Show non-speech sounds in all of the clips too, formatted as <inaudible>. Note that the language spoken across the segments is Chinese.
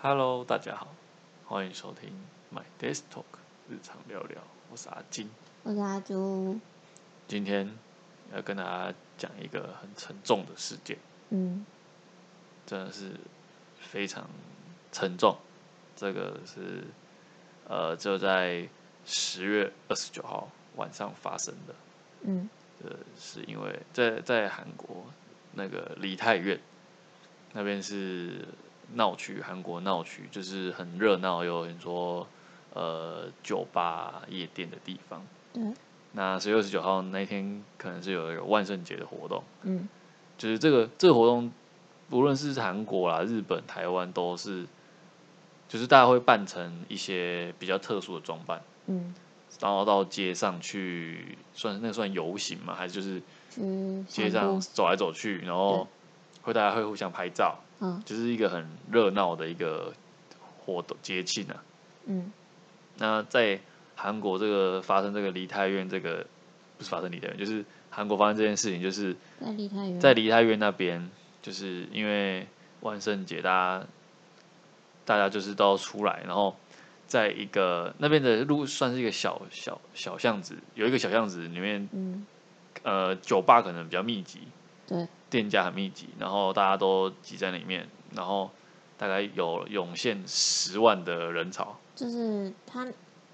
Hello，大家好，欢迎收听 My Desk Talk 日常聊聊，我是阿金。我是阿朱，今天要跟大家讲一个很沉重的事件，嗯，真的是非常沉重。这个是呃，就在十月二十九号晚上发生的。嗯呃，是因为在在韩国那个梨泰院那边是闹区，韩国闹区就是很热闹，有很多呃酒吧、夜店的地方。对，那十月二十九号那一天，可能是有一个万圣节的活动，嗯就是这个这个活动，无论是韩国啦、日本、台湾，都是就是大家会扮成一些比较特殊的装扮，嗯，然后到街上去，算那算游行嘛，还是就是去街散上步，走来走去，然后会大家会互相拍照，嗯就是一个很热闹的一个活动节庆啊。嗯那在韩国这个发生这个梨泰院这个不是发生梨泰院，就是韩国发生这件事情，就是在梨泰院，在梨泰院那边，就是因为万圣节大家大家就是都要出来，然后在一个那边的路算是一个小小小巷子，有一个小巷子里面嗯呃酒吧可能比较密集，对，店家很密集，然后大家都挤在里面，然后大概有涌现十万的人潮，就是他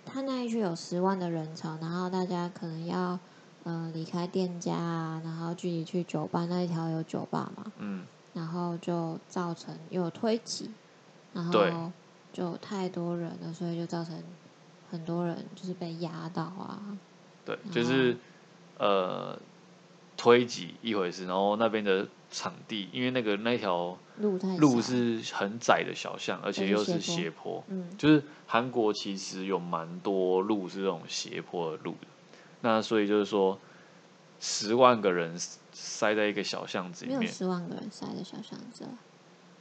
他那一区有十万的人潮，然后大家可能要呃离开店家啊，然后自己去酒吧那一条有酒吧嘛，嗯，然后就造成有推挤，然对后就太多人了，所以就造成很多人就是被压到啊，对，就是、呃推挤一回事，然后那边的场地，因为那个那条路太路小，是很窄的小巷，而且对又是是斜斜坡，嗯就是韩国其实有蛮多路是这种斜坡的路的，那所以就是说十万个人塞在一个小巷子没里有面，十万个人塞的小巷子了，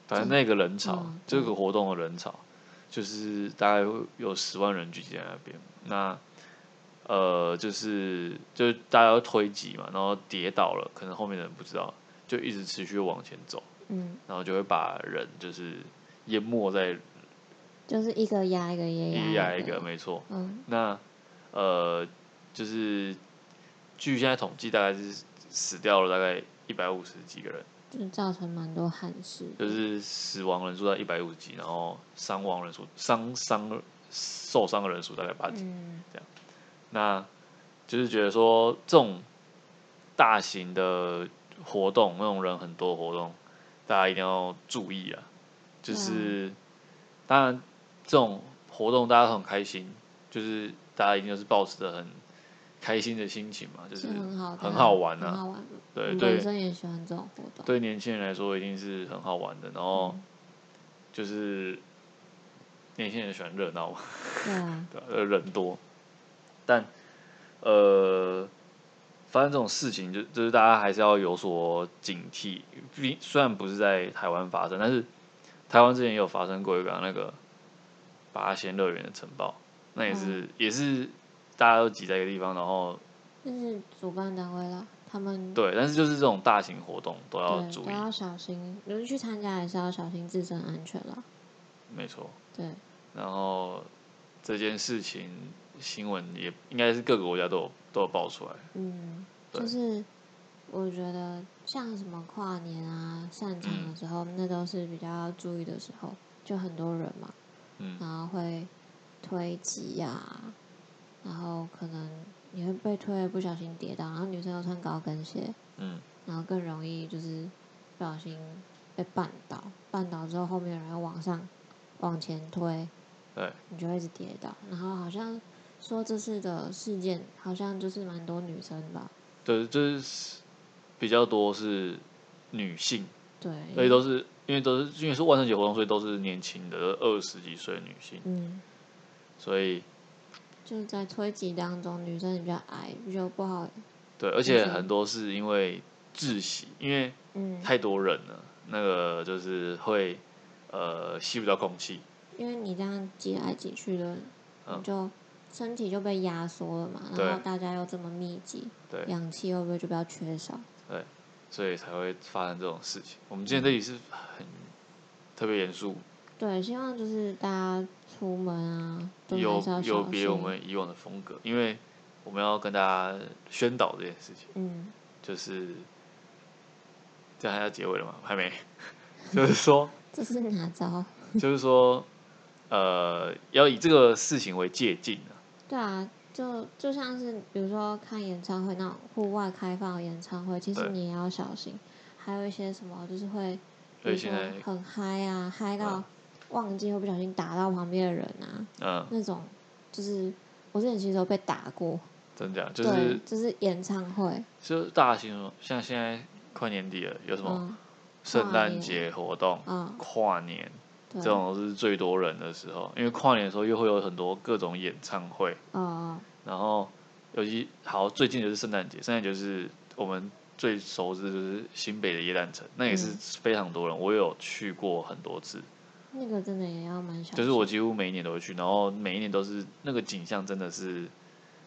反正那个人潮，嗯这对个活动的人潮，就是大概会有十万人聚集在那边。那呃，就是就是大家要推挤嘛，然后跌倒了，可能后面的人不知道，就一直持续往前走，嗯。然后就会把人就是淹没在就是一个压一个也压一压一个，个，没错。嗯那呃，就是据现在统计，大概是死掉了大概一百五十几个人。就造成蛮多憾事的。就是死亡人数在一百五十几，然后伤亡人数伤伤受伤的人数大概八几。嗯那就是觉得说这种大型的活动，那种人很多的活动，大家一定要注意啊。就是、嗯当然这种活动大家都很开心，就是大家一定就是保持着很开心的心情嘛，就是是很好的啊，很好玩很啊。好玩。对我对本身也喜欢这种活动。对，年轻人来说一定是很好玩的。然后。嗯，就是年轻人喜欢热闹嘛，对啊，对吧呃，人多，但呃，发生这种事情就就是大家还是要有所警惕。毕虽然不是在台湾发生，但是台湾之前也有发生过一个那个八仙乐园的城堡，那也嗯是、也是大家都挤在一个地方，然后就是主办单位啦，他们对，哦但是就是这种大型活动都要对注都意，要小心，就是去参加还是要小心自身安全啦。没错。对，然后这件事情新闻也应该是各个国家都有都有爆出来。嗯，对就是我觉得像什么跨年啊、散场嗯的时候，那都是比较注意的时候，就很多人嘛。嗯，然后会推挤呀、然后可能你会被推，不小心跌倒，然后女生又穿高跟鞋，嗯，然后更容易就是不小心被绊倒，绊倒之后后面有人要往上往前推，对，你就会一直跌倒。然后好像说这次的事件好像就是蛮多女生吧，对，就是比较多是女性，对，所以都是因为都是因为是万圣节活动，所以都是年轻的二十几岁的女性，嗯，所以就是在推挤当中，女生也比较矮，就不好，对，而且嗯很多是因为窒息，因为嗯，太多人了，那个就是会呃吸不到空气，因为你这样挤来挤去的，嗯你就身体就被压缩了嘛，对然后大家又这么密集，对，氧气会不会就比较缺少？所以才会发生这种事情。我们今天这里是很特别严肃，对，希望就是大家出门啊，都还有是要有小别我心。们以往的风格，因为我们要跟大家宣导这件事情，嗯，就是这样还要结尾了吗？还没， <laughs> 就是说，这是哪招？就是说，呃，要以这个事情为借鉴啊，对啊，就就像是比如说看演唱会那种户外开放的演唱会，其实对你也要小心。还有一些什么就是会，比所以如说现在，很嗨啊，嗨到嗯忘记会不小心打到旁边的人啊，嗯，那种就是我之前其实有被打过，真讲就对是，就是演唱会，就是大家形容，像现在快年底了，有什么嗯圣诞年节活动、嗯，跨年对，这种都是最多人的时候，因为跨年的时候又会有很多各种演唱会，哦，然后尤其好最近就是圣诞节，圣诞节就是我们最熟知的就是新北的耶诞城，那也是嗯非常多人，我有去过很多次，那个真的也要蛮小心。就是我几乎每一年都会去，然后每一年都是那个景象真的是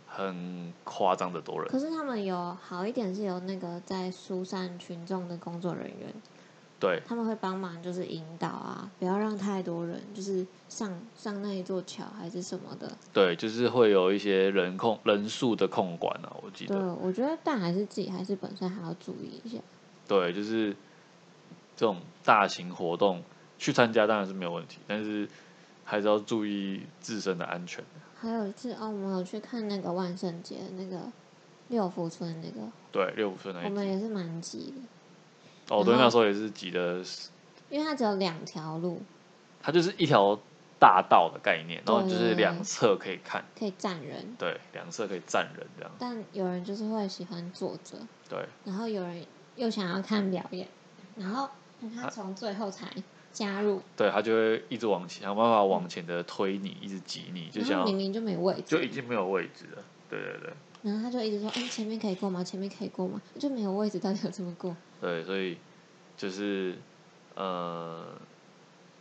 很夸张的多人，可是他们有好一点是有那个在疏散群众的工作人员，对他们会帮忙就是引导啊，不要让太多人就是上上那一座桥还是什么的。对，就是会有一些人控人数的控管啊，我记对，得，我觉得但还是自己还是本身还要注意一下。对，就是这种大型活动去参加当然是没有问题，但是还是要注意自身的安全。还有是哦，我们有去看那个万圣节的那个六福村那个，对，六五岁那一我集们也是蛮急的，哦，对，然后那时候也是挤的，因为它只有两条路它就是一条大道的概念，然后对就是两侧可以看，可以站人，对，两侧可以站人这样，但有人就是会喜欢坐着，对，然后有人又想要看表演，然后他从最后才加入，对，它就会一直往前，想办法往前的推你，一直挤你，就然想后明要明就没位就置，已经没有位置了，对对对然后他就一直说：“哎、前面可以过吗？前面可以过吗？”就没有位置，到底有怎么过？对，所以就是呃，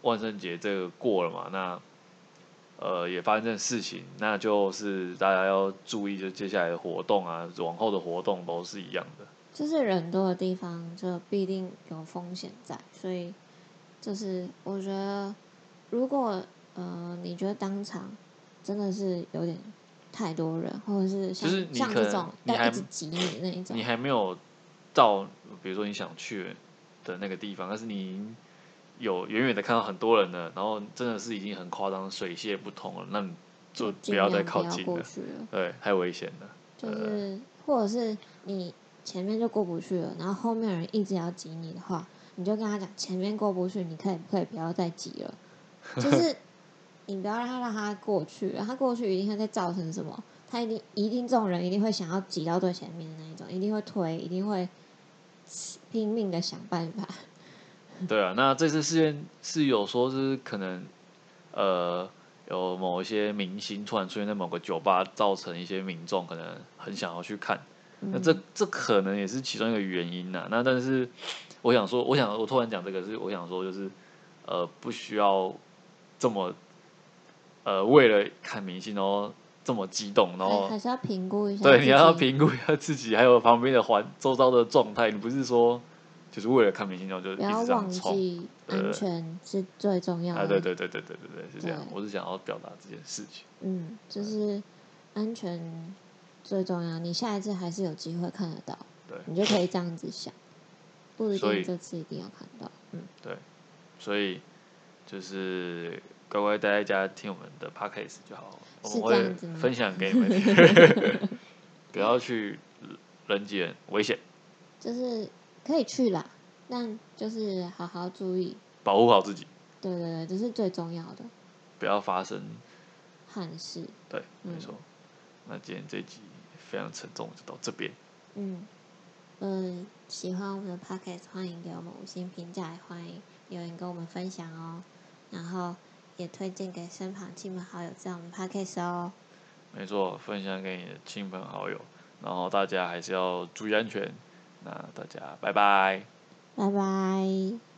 万圣节这个过了嘛，那。呃，也发生这件事情，那就是大家要注意，就接下来的活动啊，往后的活动都是一样的。就是人多的地方，就必定有风险在，所以就是我觉得，如果呃你觉得当场真的是有点太多人，或者是像就是你像可这能种你要还一直挤你那一种你，还没有到，比如说你想去的那个地方，但是你已经有远远的看到很多人了，然后真的是已经很夸张，水泄不通了，那你就不尽要量再靠不要近过了，去了。对，太危险了。就是或者是你前面就过不去了，然后后面人一直要挤你的话，你就跟他讲前面过不去，你可以可以不要再挤了， <laughs> 就是你不要让他让他过去，他过去一定会再造成什么，他一定一定这种人一定会想要挤到最前面的那一种，一定会推，一定会拼命的想办法，对啊，那这次事件是有说是可能呃有某一些明星突然出现在某个酒吧，造成一些民众可能很想要去看，嗯那这这可能也是其中一个原因呐、那但是我想说，我想我突然讲这个是我想说，就是呃，不需要这么呃为了看明星然后这么激动，然还后还是要评估一下自己，对你要评估一下自己还有旁边的环周遭的状态。你不是说就是为了看明星然后就一不要直这样忘冲记对对安全是最重要的，啊？对对对对对对对，是这样对。我是想要表达这件事情。嗯，就是安全最重要。你下一次还是有机会看得到，对你就可以这样子想，不一所以定这次一定要看到。嗯，所以就是乖乖待在家听我们的 podcast 就好，我是们这会样子吗分享给你们听， <laughs> 不要去人挤人，危险，就是可以去啦，但就是好好注意，保护好自己，对对对，这是最重要的不要发生憾事。对，嗯没错。那今天这集非常沉重，就到这边，嗯嗯，喜欢我们的 podcast，欢迎给我们五星评价，也欢迎留言跟我们分享哦。然后也推荐给身旁亲朋好友在我们 podcast 哦。没错，分享给你的亲朋好友，然后大家还是要注意安全，那大家拜拜。拜拜。